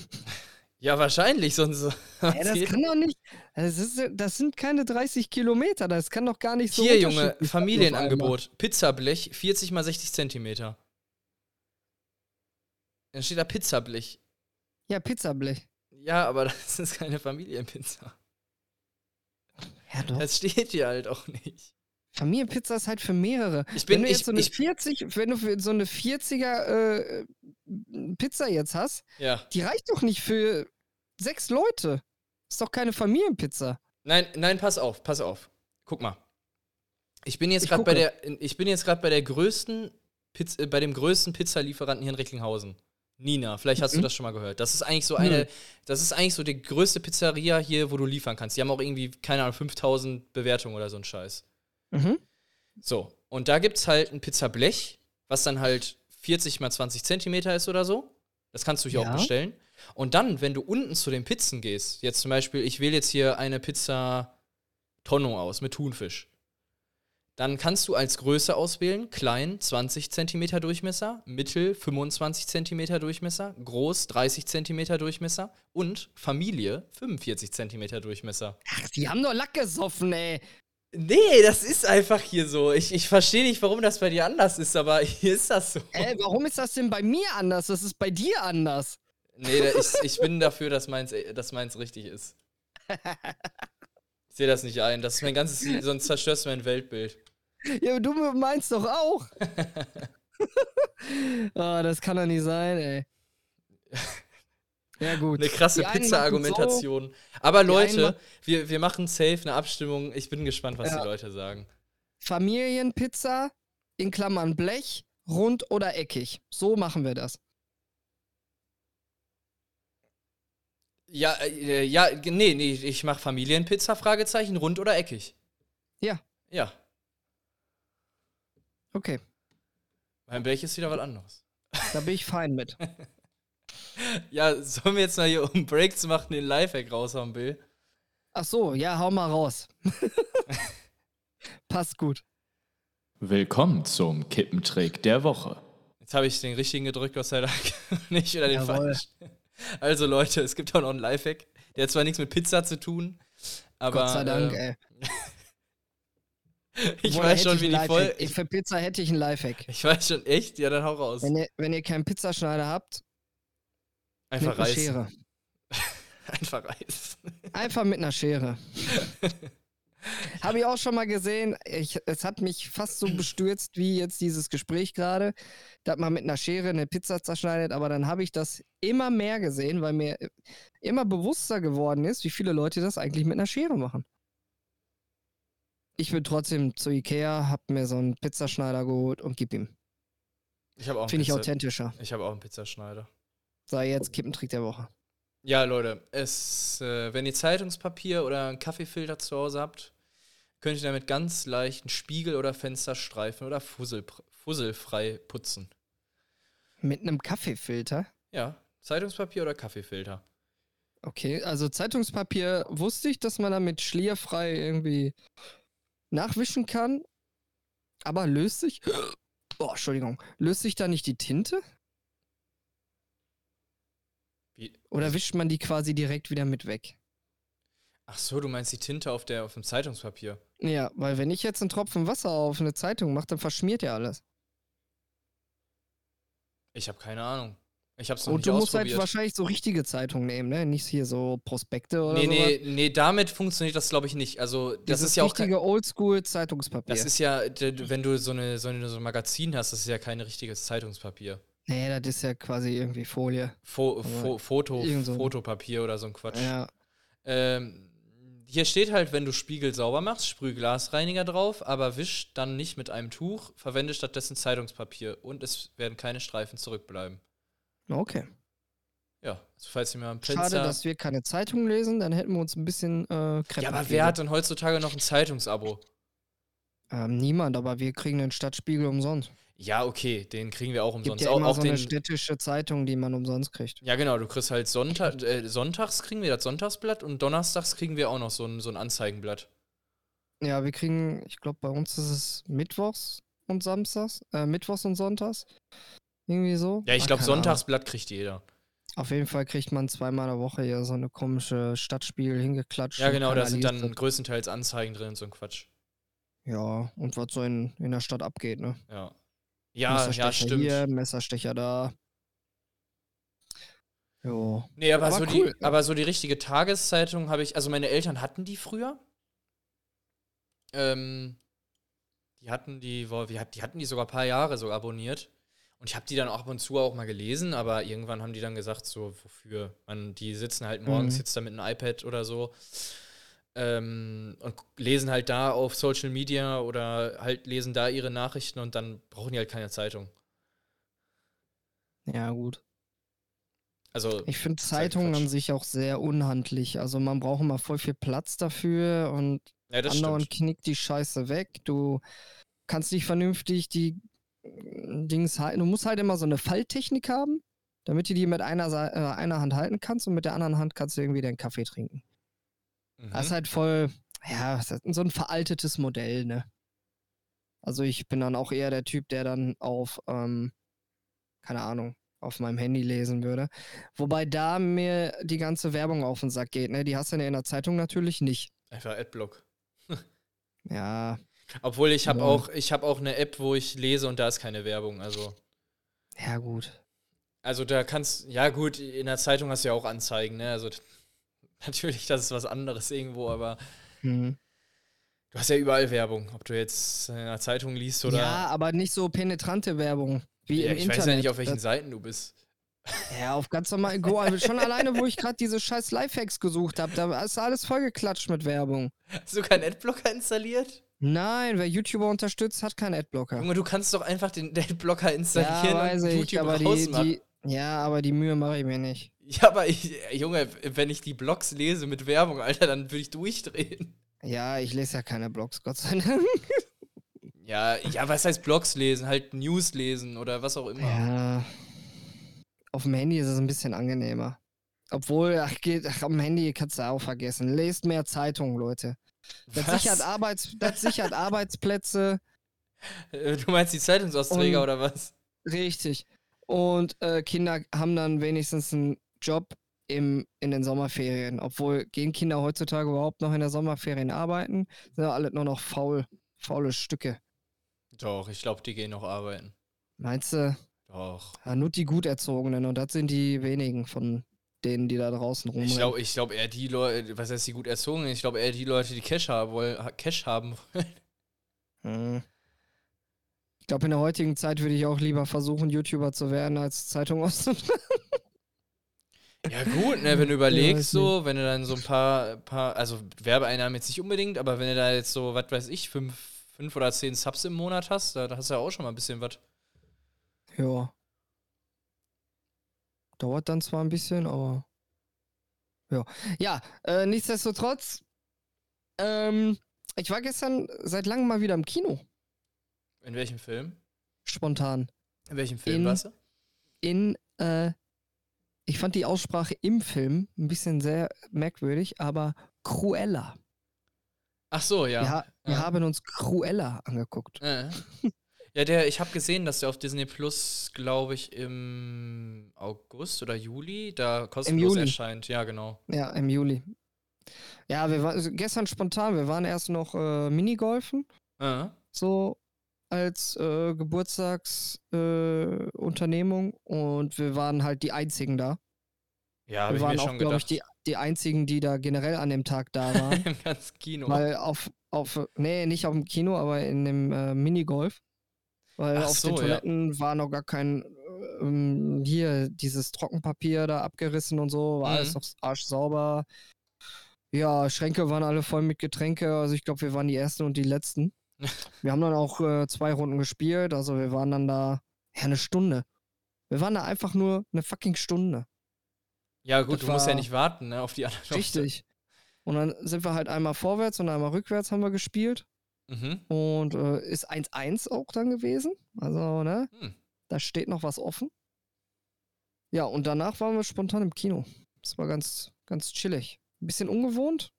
A: Ja, wahrscheinlich, sonst.
B: Ja, das kann doch nicht. Das, ist, das sind keine 30 Kilometer. Das kann doch gar nicht so.
A: Hier, Junge,
B: unterschiedlich sein auf einmal.
A: Familienangebot. Pizzablech, 40 mal 60 Zentimeter. Dann steht da Pizzablech.
B: Ja, Pizzablech.
A: Ja, aber das ist keine Familienpizza.
B: Ja, doch.
A: Das steht hier halt auch nicht.
B: Familienpizza ist halt für mehrere.
A: Ich bin,
B: wenn du
A: ich,
B: jetzt so eine
A: ich,
B: 40, wenn du für so eine 40er äh, Pizza jetzt hast,
A: ja.
B: die reicht doch nicht für sechs Leute. Ist doch keine Familienpizza.
A: Nein, nein, pass auf, pass auf. Guck mal. Ich bin jetzt
B: Ich
A: gerade bei
B: gucke.
A: der, ich bin jetzt gerade bei der größten, Piz, äh, bei dem größten Pizzalieferanten hier in Recklinghausen. Nina, vielleicht hast du
B: Mhm.
A: das schon mal gehört. Das ist eigentlich so eine, das ist eigentlich so die größte Pizzeria hier, wo du liefern kannst. Die haben auch irgendwie, keine Ahnung, 5000 Bewertungen oder so ein Scheiß.
B: Mhm.
A: So, und da gibt es halt ein Pizzablech, was dann halt 40 mal 20 Zentimeter ist oder so. Das kannst du hier
B: Ja.
A: auch bestellen. Und dann, wenn du unten zu den Pizzen gehst, jetzt zum Beispiel, ich wähle jetzt hier eine Pizza Tonno aus mit Thunfisch. Dann kannst du als Größe auswählen, klein 20 Zentimeter Durchmesser, mittel 25 Zentimeter Durchmesser, groß 30 Zentimeter Durchmesser und Familie 45 Zentimeter Durchmesser.
B: Ach, die haben doch Lack gesoffen, ey.
A: Nee, das ist einfach hier so. Ich, ich verstehe nicht, warum das bei dir anders ist, aber hier ist das so.
B: Ey, warum ist das denn bei mir anders? Das ist bei dir anders.
A: Nee, da, ich, ich bin dafür, dass meins, äh, dass meins richtig ist. Ich sehe das nicht ein. Das ist mein ganzes, sonst zerstörst du mein Weltbild.
B: Ja, du meinst doch auch. Ah, das kann doch nicht sein, ey. Ja, gut.
A: Eine krasse
B: Die einen
A: Pizza-Argumentation. aber
B: die einen
A: Leute,
B: machen-
A: wir, wir machen safe eine Abstimmung. Ich bin gespannt, was
B: Ja.
A: die Leute sagen.
B: Familienpizza in Klammern Blech, rund oder eckig. So machen wir das.
A: Ja, äh, ja, g- nee, nee, ich mache Familienpizza, Fragezeichen, rund oder eckig.
B: Ja.
A: Ja,
B: Okay,
A: mein Blech ist wieder was anderes.
B: da bin ich fein mit.
A: Ja, sollen wir jetzt mal hier, um einen Break zu machen, den Lifehack raushauen, Bill?
B: Ach so, ja, hau mal raus. Passt gut.
C: Willkommen zum Kippentrick der Woche.
A: Jetzt habe ich den richtigen gedrückt, Gott sei Dank. Nicht wieder den
B: Jawohl.
A: falschen. Also, Leute, es gibt auch noch einen Lifehack. Der hat zwar nichts mit Pizza zu tun, aber.
B: Gott sei Dank,
A: äh,
B: ey.
A: Ich
B: Woher
A: weiß
B: hätte
A: schon,
B: ich
A: wie
B: einen
A: die Folge.
B: Lifehack?
A: Ich,
B: Für Pizza hätte ich einen Lifehack.
A: ich weiß schon, echt? Ja, dann hau raus.
B: Wenn ihr, wenn ihr keinen Pizzaschneider habt,
A: Einfach
B: mit einer
A: reißen.
B: Schere.
A: Einfach reißen.
B: Einfach mit einer Schere. Habe ich auch schon mal gesehen. Ich, es hat mich fast so bestürzt wie jetzt dieses Gespräch gerade, dass man mit einer Schere eine Pizza zerschneidet. Aber dann habe ich das immer mehr gesehen, weil mir immer bewusster geworden ist, wie viele Leute das eigentlich mit einer Schere machen. Ich bin trotzdem zu Ikea, habe mir so einen Pizzaschneider geholt und gib ihm.
A: Ich habe auch, einen
B: Finde ich
A: Pizza-
B: authentischer.
A: ich hab auch einen Pizzaschneider.
B: Sei jetzt Kippentrick der Woche.
A: Ja, Leute, es, äh, wenn ihr Zeitungspapier oder einen Kaffeefilter zu Hause habt, könnt ihr damit ganz leicht einen Spiegel oder Fensterstreifen oder Fussel, fusselfrei putzen.
B: Mit einem Kaffeefilter.
A: Ja, Zeitungspapier oder Kaffeefilter.
B: Okay, also Zeitungspapier wusste ich, dass man damit schlierfrei irgendwie nachwischen kann. Aber löst sich. Oh, Entschuldigung. Löst sich da nicht die Tinte?
A: Wie? also
B: Oder wischt man die quasi direkt wieder mit weg?
A: Ach so, du meinst die Tinte auf, der, auf dem Zeitungspapier.
B: Ja, weil wenn ich jetzt einen Tropfen Wasser auf eine Zeitung mache, dann verschmiert ja alles.
A: Ich habe keine Ahnung. Ich habe es noch
B: Und
A: nicht
B: du musst halt
A: ausprobiert.
B: wahrscheinlich so richtige Zeitungen nehmen, ne? Nicht hier so Prospekte oder
A: nee,
B: so.
A: nee, nee, damit funktioniert das, glaube ich, nicht. Also, das
B: Dieses
A: ist ja auch. kein-
B: richtige Oldschool-Zeitungspapier.
A: Das ist ja, d- wenn du so, eine, so, eine, so ein Magazin hast, das ist ja kein richtiges Zeitungspapier.
B: Nee, das ist ja quasi irgendwie Folie.
A: Fo
B: Aber
A: Fo Foto
B: irgend so ein-
A: Fotopapier oder so ein Quatsch.
B: Ja,
A: Ähm, hier steht halt, wenn du Spiegel sauber machst, sprüh Glasreiniger drauf, aber wisch dann nicht mit einem Tuch, verwende stattdessen Zeitungspapier und es werden keine Streifen zurückbleiben.
B: Okay.
A: Ja, also falls ihr mal einen Pinsel.
B: Schade, dass wir keine Zeitung lesen, dann hätten wir uns ein bisschen äh, Krepp
A: ja, aber
B: gegeben.
A: wer hat denn heutzutage noch ein Zeitungsabo?
B: ähm, Niemand, aber wir kriegen den Stadtspiegel umsonst.
A: Ja, okay, den kriegen wir auch
B: Gibt
A: umsonst.
B: ja
A: Auch,
B: immer
A: auch
B: so
A: den,
B: eine städtische Zeitung, die man umsonst kriegt.
A: ja, genau, du kriegst halt Sonntag, äh, sonntags kriegen wir das Sonntagsblatt und donnerstags kriegen wir auch noch so ein, so ein Anzeigenblatt.
B: Ja, wir kriegen, ich glaube, bei uns ist es mittwochs und samstags, äh, mittwochs und sonntags. Irgendwie so.
A: Ja, ich glaube,
B: Ah, keine Ahnung.
A: Sonntagsblatt kriegt jeder.
B: Auf jeden Fall kriegt man zweimal in der Woche hier so eine komische Stadtspiegel hingeklatscht.
A: Ja,
B: und
A: genau, da
B: keiner
A: sind
B: liest
A: dann größtenteils Anzeigen drin und so ein Quatsch.
B: das. Ja, und was so in, in der Stadt abgeht, ne?
A: Ja. Ja, ja, stimmt.
B: hier, Messerstecher da. Jo.
A: Nee, aber,
B: Aber
A: so
B: cool.
A: die, aber so die richtige Tageszeitung habe ich, also meine Eltern hatten die früher. Ähm, die hatten die, wo- wir hat- die hatten die sogar ein paar Jahre so abonniert. Und ich habe die dann auch ab und zu auch mal gelesen, aber irgendwann haben die dann gesagt, so, wofür? Man, die sitzen halt morgens
B: Mhm.
A: jetzt da mit einem iPad oder so ähm, und gu- lesen halt da auf Social Media oder halt lesen da ihre Nachrichten und dann brauchen die halt keine Zeitung.
B: Ja, gut.
A: Also,
B: Ich finde
A: halt
B: Zeitungen an
A: Quatsch.
B: sich auch sehr unhandlich. Also man braucht immer voll viel Platz dafür und
A: ja, das
B: andauernd
A: stimmt.
B: knickt die Scheiße weg. Du kannst nicht vernünftig die äh, Dings halten. Du musst halt immer so eine Falltechnik haben, damit du die mit einer, Sei- äh, einer Hand halten kannst und mit der anderen Hand kannst du irgendwie deinen Kaffee trinken.
A: Mhm.
B: Das ist halt voll, ja, das ist so ein veraltetes Modell, ne? Also ich bin dann auch eher der Typ, der dann auf, ähm, keine Ahnung, auf meinem Handy lesen würde. Wobei da mir die ganze Werbung auf den Sack geht, ne? Die hast du ja in der Zeitung natürlich nicht.
A: Einfach Adblock.
B: Ja,
A: Obwohl ich habe
B: Ja.
A: auch, ich habe auch eine App, wo ich lese und da ist keine Werbung. Also,
B: ja gut.
A: also da kannst, ja gut, in der Zeitung hast du ja auch Anzeigen, ne? Also t- natürlich, das ist was anderes irgendwo, aber
B: Hm.
A: du hast ja überall Werbung, ob du jetzt in der Zeitung liest oder.
B: Ja, aber nicht so penetrante Werbung wie
A: Ja,
B: im
A: ich
B: Internet.
A: weiß ja nicht, auf welchen
B: Das-
A: Seiten du bist.
B: Ja, auf ganz normal. Go, also schon alleine, wo ich gerade diese scheiß Lifehacks gesucht habe, da ist alles vollgeklatscht mit Werbung.
A: Hast du keinen Adblocker installiert?
B: Nein, wer YouTuber unterstützt, hat keinen Adblocker.
A: Junge, du kannst doch einfach den den Adblocker installieren
B: ja, weiß
A: und
B: ich,
A: YouTube
B: aber die,
A: rausmachen.
B: die, Ja, aber die Mühe mache ich mir nicht.
A: ja, aber ich, Junge, wenn ich die Blogs lese mit Werbung, Alter, dann würde ich durchdrehen.
B: Ja, ich lese ja keine Blogs, Gott sei Dank.
A: Ja, ja, was heißt Blogs lesen? Halt News lesen oder was auch immer.
B: Ja. Auf dem Handy ist es ein bisschen angenehmer. Obwohl, ach, geht, ach, am Handy kannst du auch vergessen. Lest mehr Zeitungen, Leute. Das
A: Was?
B: sichert, Arbeits, das sichert Arbeitsplätze.
A: Äh, Du meinst die Zeitungsausträger
B: Und-
A: oder was?
B: Richtig. Und äh, Kinder haben dann wenigstens einen Job im, in den Sommerferien. Obwohl, gehen Kinder heutzutage überhaupt noch in der Sommerferien arbeiten? Sind ja alle nur noch faul, faule Stücke.
A: Doch, ich glaube, die gehen noch arbeiten.
B: Meinst du?
A: Doch.
B: Ja, nur die gut erzogenen und das sind die wenigen von denen, die da draußen rumrennen.
A: Ich glaube ich glaub eher die Leute, was heißt die gut erzogenen? Ich glaube eher die Leute, die Cash haben wollen. ha- Cash haben wollen.
B: Hm. Ich glaube, in der heutigen Zeit würde ich auch lieber versuchen, YouTuber zu werden, als Zeitung auszutragen.
A: Ja gut, ne, wenn du überlegst
B: weiß
A: so, wenn du dann so ein paar, paar also Werbeeinnahmen jetzt nicht unbedingt, aber wenn du da jetzt so, was weiß ich, fünf, fünf oder zehn Subs im Monat hast, da, da hast du ja auch schon mal ein bisschen was.
B: ja. Dauert dann zwar ein bisschen, aber. Ja. Ja, äh, nichtsdestotrotz. Ähm, ich war gestern seit langem mal wieder im Kino.
A: In welchem Film?
B: Spontan.
A: In welchem Film
B: In-
A: warst du?
B: in, äh, ich fand die Aussprache im Film ein bisschen sehr merkwürdig, aber Cruella.
A: Ach so,
B: Wir,
A: ja.
B: ha wir
A: ja.
B: haben uns Cruella angeguckt.
A: Äh. Ja, der, ich habe gesehen, dass der auf Disney Plus, glaube ich, im August oder Juli da kostenlos
B: Juli.
A: erscheint. Ja, genau.
B: Ja, im Juli. Ja, wir waren also gestern spontan, wir waren erst noch äh, Minigolfen,
A: Äh.
B: so als äh, Geburtstagsunternehmung äh, Unternehmung und wir waren halt die einzigen da.
A: Ja, habe
B: wir
A: ich
B: waren
A: mir schon
B: auch, glaube ich,
A: gedacht.
B: die, die einzigen, die da generell an dem Tag da waren.
A: Im ganzen Kino.
B: Weil auf, auf, nee, nicht auf dem Kino, aber in dem äh, Minigolf. Weil
A: Ach
B: auf
A: so,
B: den
A: ja.
B: Toiletten war noch gar kein, ähm, hier, dieses Trockenpapier da abgerissen und so, war
A: Mhm.
B: alles noch arschsauber. Ja, Schränke waren alle voll mit Getränke. Also ich glaube, wir waren die Ersten und die Letzten. wir haben dann auch äh, zwei Runden gespielt. Also wir waren dann da, ja, eine Stunde. Wir waren da einfach nur eine fucking Stunde.
A: Ja, gut,
B: Das
A: du musst ja
B: war-
A: nicht warten, ne, auf die anderen.
B: Richtig. Und dann sind wir halt einmal vorwärts und einmal rückwärts haben wir gespielt.
A: Mhm.
B: Und äh, ist 1-1 auch dann gewesen. Also, ne?
A: Hm.
B: Da steht noch was offen. Ja, und danach waren wir spontan im Kino. Das war ganz, ganz chillig. Ein bisschen ungewohnt,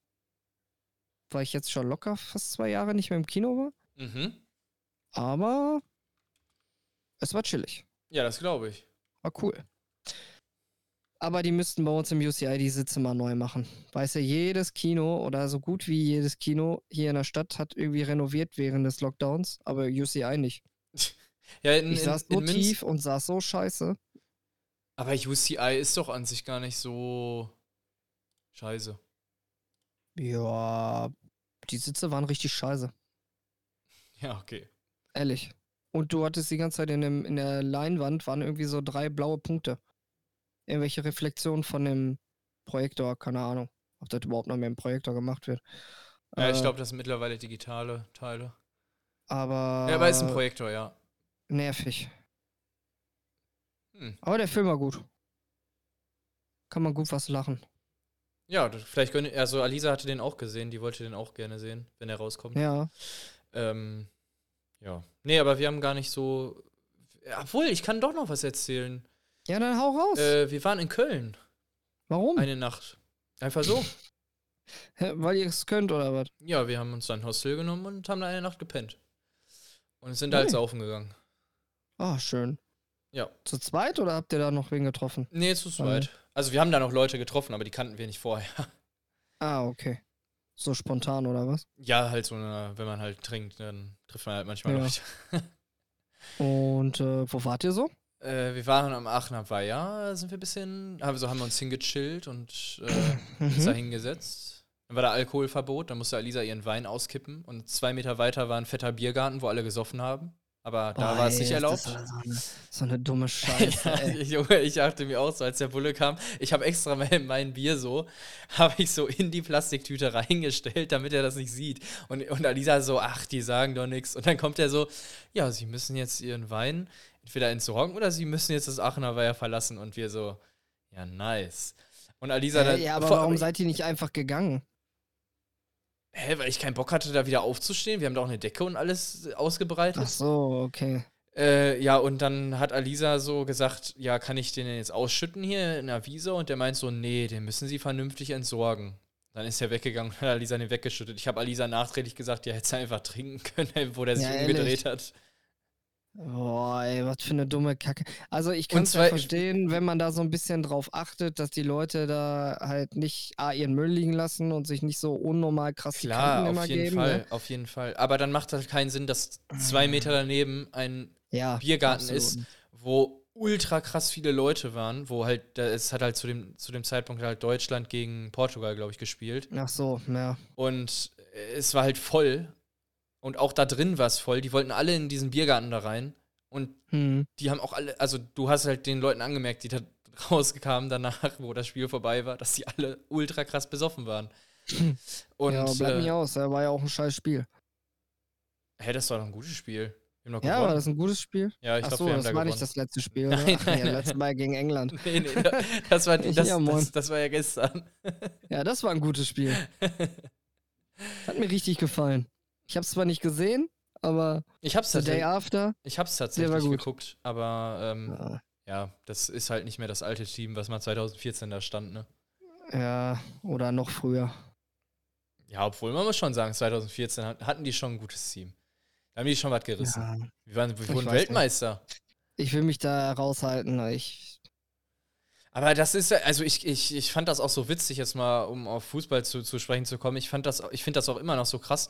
B: weil ich jetzt schon locker fast zwei Jahre nicht mehr im Kino war.
A: Mhm.
B: Aber es war chillig.
A: Ja, das glaube ich.
B: War cool. Aber die müssten bei uns im UCI die Sitze mal neu machen. Weißt du, jedes Kino oder so gut wie jedes Kino hier in der Stadt hat irgendwie renoviert während des Lockdowns, aber UCI nicht.
A: Ja, in,
B: Ich
A: in,
B: saß so
A: in Münz-
B: tief und saß so scheiße.
A: Aber UCI ist doch an sich gar nicht so scheiße.
B: Ja, die Sitze waren richtig scheiße.
A: Ja, okay.
B: Ehrlich. Und du hattest die ganze Zeit in, dem, in der Leinwand waren irgendwie so drei blaue Punkte. Irgendwelche Reflexionen von dem Projektor, keine Ahnung, ob das überhaupt noch mehr im Projektor gemacht wird.
A: Ja, ich
B: Äh,
A: glaube, das sind mittlerweile digitale Teile.
B: Aber.
A: ja, aber
B: Äh.
A: ist ein Projektor, ja.
B: Nervig.
A: Hm.
B: Aber der Film war gut. Kann man gut was lachen.
A: Ja, das, vielleicht gönne also Alisa hatte den auch gesehen, die wollte den auch gerne sehen, wenn er rauskommt.
B: Ja.
A: Ähm, ja. Nee, aber wir haben gar nicht so. Obwohl, ich kann doch noch was erzählen.
B: Ja, dann hau raus.
A: Äh, wir waren in Köln
B: Warum?
A: eine Nacht. Einfach so.
B: Hä, Weil ihr es könnt oder was?
A: Ja, wir haben uns dann ein Hostel genommen und haben da eine Nacht gepennt. Und sind da halt
B: Ui.
A: saufen gegangen.
B: Ah, schön.
A: Ja.
B: Zu zweit oder habt ihr da noch wen getroffen?
A: Nee, zu
B: Weil-
A: zweit. Also wir haben da noch Leute getroffen, aber die kannten wir nicht vorher.
B: Ah, okay. So spontan oder was?
A: Ja, halt so, eine, wenn man halt trinkt, dann trifft man halt manchmal
B: Ja.
A: Leute.
B: Und äh, wo wart ihr so?
A: Äh, wir waren am Aachener Weiher, sind wir ein bisschen, also haben wir uns hingechillt und äh, uns da
B: Mhm.
A: hingesetzt. Dann war da Alkoholverbot, dann musste Alisa ihren Wein auskippen und zwei Meter weiter war ein fetter Biergarten, wo alle gesoffen haben. Aber da
B: Boah,
A: war es
B: ey,
A: nicht
B: das
A: erlaubt.
B: ist aber So eine, so eine dumme Scheiße, ey.
A: Ich, Junge, ich dachte mir auch so, als der Bulle kam, ich habe extra mein, mein Bier so, habe ich so in die Plastiktüte reingestellt, damit er das nicht sieht. Und, und Alisa so, ach, die sagen doch nichts. Und dann kommt er so, ja, sie müssen jetzt ihren Wein entweder entsorgen oder sie müssen jetzt das Aachener Weiher verlassen. Und wir so, ja, nice. Und Alisa dann.
B: Äh, ja, aber
A: vor-
B: warum seid ihr nicht einfach gegangen?
A: Hä, weil ich keinen Bock hatte, da wieder aufzustehen. Wir haben da auch eine Decke und alles ausgebreitet.
B: Ach so, okay.
A: Äh, ja, und dann hat Alisa so gesagt, ja, kann ich den denn jetzt ausschütten hier in der Wiese? Und der meint so, nee, den müssen sie vernünftig entsorgen. Dann ist er weggegangen und hat Alisa den weggeschüttet. Ich habe Alisa nachträglich gesagt, ja, hätte er einfach trinken können, wo der sich
B: Ja, ehrlich.
A: umgedreht hat.
B: Boah, ey, was für eine dumme Kacke. Also ich kann es ja
A: zwei-
B: verstehen, wenn man da so ein bisschen drauf achtet, dass die Leute da halt nicht A, ihren Müll liegen lassen und sich nicht so unnormal krass die
A: Klar,
B: Kanten
A: auf
B: immer
A: jeden
B: geben.
A: Fall,
B: Ne?
A: auf jeden Fall. Aber dann macht das keinen Sinn, dass zwei Meter daneben ein
B: Ja,
A: Biergarten
B: absolut.
A: ist, wo ultra krass viele Leute waren, wo halt, da- es hat halt zu dem, zu dem Zeitpunkt halt Deutschland gegen Portugal, glaube ich, gespielt.
B: Ach so, ja.
A: Und es war halt voll. Und auch da drin war es voll. Die wollten alle in diesen Biergarten da rein. Und
B: Hm.
A: die haben auch alle, also du hast halt den Leuten angemerkt, die da rauskamen danach, wo das Spiel vorbei war, dass die alle ultra krass besoffen waren. Und
B: ja, bleibt nicht
A: äh,
B: aus, da war ja auch ein scheiß Spiel.
A: hä, das war doch ein gutes Spiel. Wir haben doch
B: Ja, war
A: gewonnen.
B: das ein gutes Spiel?
A: Ja, ich
B: Ach
A: glaube,
B: so,
A: wir haben
B: das
A: da
B: war
A: gewonnen.
B: nicht das letzte Spiel, oder?
A: Nein,
B: Ach,
A: nein,
B: ja,
A: nein.
B: letztes Mal gegen England.
A: Nee, nee, da- das war, das,
B: Ja, moin.
A: das, das war ja gestern.
B: Ja, das war ein gutes Spiel. Hat mir richtig gefallen. Ich habe es zwar nicht gesehen, aber
A: Ich hab's,
B: The Day
A: tatsächlich,
B: After.
A: ich hab's
B: Der war
A: tatsächlich
B: gut.
A: geguckt, aber ähm,
B: Ja.
A: ja, das ist halt nicht mehr das alte Team, was mal 2014 da stand, ne?
B: Ja, oder noch früher.
A: Ja, obwohl man muss schon sagen, 2014 hat- hatten die schon ein gutes Team. Da haben die schon was gerissen.
B: Ja.
A: Wir, waren, wir
B: Ich
A: wurden
B: weiß nicht.
A: Weltmeister.
B: Ich will mich da raushalten. Ich,
A: Aber das ist ja, also ich, ich, ich fand das auch so witzig, jetzt mal, um auf Fußball zu, zu sprechen zu kommen. Ich fand das, ich finde das auch immer noch so krass,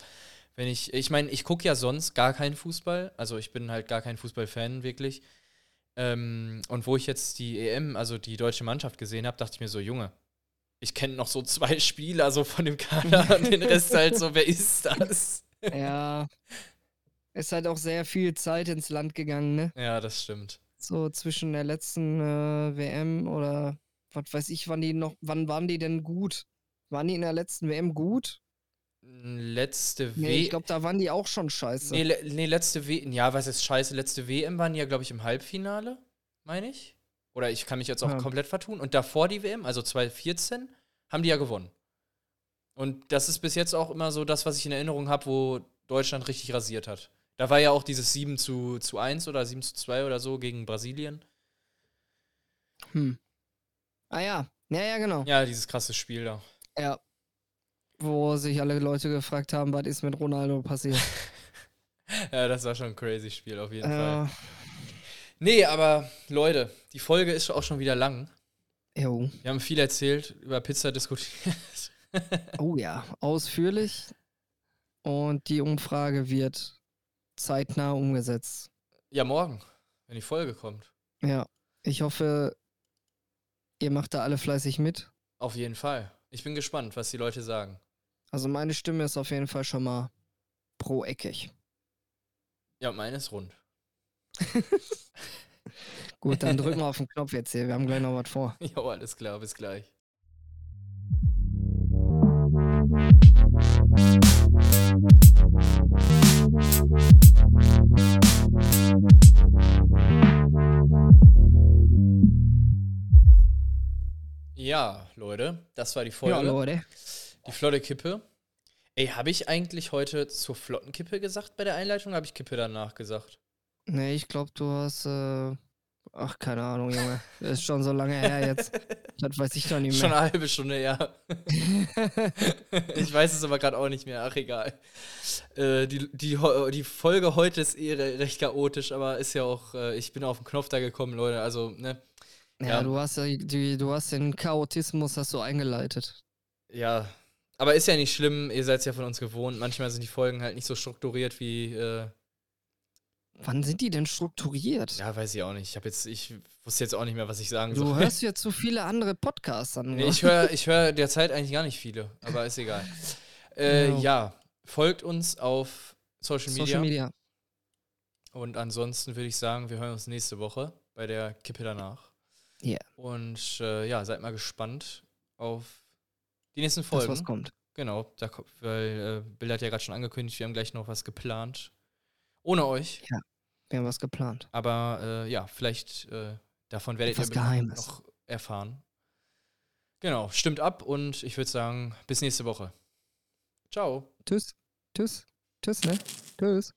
A: wenn ich, ich meine, ich gucke ja sonst gar keinen Fußball. Also ich bin halt gar kein Fußballfan, wirklich. Ähm, und wo ich jetzt die EM, also die deutsche Mannschaft gesehen habe, dachte ich mir so, Junge, ich kenne noch so zwei Spieler so von dem Kader und den Rest halt so, wer ist das?
B: ja. Es hat auch sehr viel Zeit ins Land gegangen, ne?
A: Ja, das stimmt.
B: So zwischen der letzten äh, WM oder was weiß ich, wann die noch, wann waren die denn gut? Waren die in der letzten WM gut?
A: Letzte
B: Nee,
A: W.
B: ich glaube, da waren die auch schon scheiße.
A: nee, le nee, letzte W. Ja, was ist scheiße? Letzte WM waren die ja, glaube ich, im Halbfinale, meine ich. Oder ich kann mich jetzt auch
B: Ja.
A: komplett vertun. Und davor die WM, also 2014, haben die ja gewonnen. Und das ist bis jetzt auch immer so das, was ich in Erinnerung habe, wo Deutschland richtig rasiert hat. Da war ja auch dieses 7 zu, zu 1 oder 7 zu 2 oder so gegen Brasilien.
B: Hm. Ah ja, ja, ja, genau.
A: Ja, dieses krasse Spiel da.
B: Ja. Wo sich alle Leute gefragt haben, was ist mit Ronaldo passiert.
A: Ja, das war schon ein crazy Spiel auf jeden Fall.
B: äh,
A: Nee, aber Leute, die Folge ist auch schon wieder lang.
B: Äh, jo.
A: Wir haben viel erzählt, über Pizza diskutiert.
B: Oh ja, ausführlich. Und die Umfrage wird zeitnah umgesetzt.
A: ja, morgen, wenn die Folge kommt.
B: Ja. Ich hoffe, ihr macht da alle fleißig mit.
A: Auf jeden Fall. Ich bin gespannt, was die Leute sagen.
B: Also meine Stimme ist auf jeden Fall schon mal pro-eckig.
A: Ja, meine ist rund.
B: Gut, dann drücken wir auf den Knopf jetzt hier. Wir haben gleich noch was vor.
A: Jo, alles klar, bis gleich. Ja, Leute, das war die
B: Ja,
A: Folge.
B: Leute.
A: die flotte Kippe. Ey, habe ich eigentlich heute zur flotten Kippe gesagt bei der Einleitung? Habe ich Kippe danach gesagt?
B: Nee, ich glaube, du hast. Äh... Ach, keine Ahnung, Junge. Das ist schon so lange her jetzt. Das weiß ich doch nicht
A: Schon
B: mehr.
A: eine halbe Stunde, ja. ich weiß es aber gerade auch nicht mehr. Ach, egal. Äh, die, die, Ho- die Folge heute ist eh re- recht chaotisch, aber ist ja auch, äh, ich bin auf den Knopf da gekommen, Leute. Also, ne?
B: Ja,
A: ja.
B: Du, hast, ja die, du hast den Chaotismus hast du eingeleitet.
A: Ja. Aber ist ja nicht schlimm, ihr seid ja von uns gewohnt. Manchmal sind die Folgen halt nicht so strukturiert wie, äh,
B: Wann sind die denn strukturiert?
A: ja, weiß ich auch nicht. Ich, hab jetzt, ich wusste jetzt auch nicht mehr, was ich sagen
B: Du
A: soll.
B: hörst ja zu viele andere Podcasts an.
A: Nee,
B: wa?
A: ich höre ich hör derzeit eigentlich gar nicht viele, aber ist egal. Äh,
B: Ja.
A: Ja, folgt uns auf Social Media.
B: Social Media.
A: Und ansonsten würde ich sagen, wir hören uns nächste Woche bei der Kippe danach.
B: Ja.
A: Und äh, ja, seid mal gespannt auf die nächsten
B: Das,
A: Folgen.
B: was kommt.
A: Genau, da kommt, weil äh, Bill hat ja gerade schon angekündigt, wir haben gleich noch was geplant. Ohne euch.
B: Wir haben was geplant.
A: Aber äh, ja, vielleicht äh, davon werdet
B: Etwas
A: ihr
B: Geheimes.
A: noch erfahren. Genau, stimmt ab und ich würde sagen, bis nächste Woche. Ciao.
B: Tschüss. Tschüss. Tschüss, ne? Tschüss.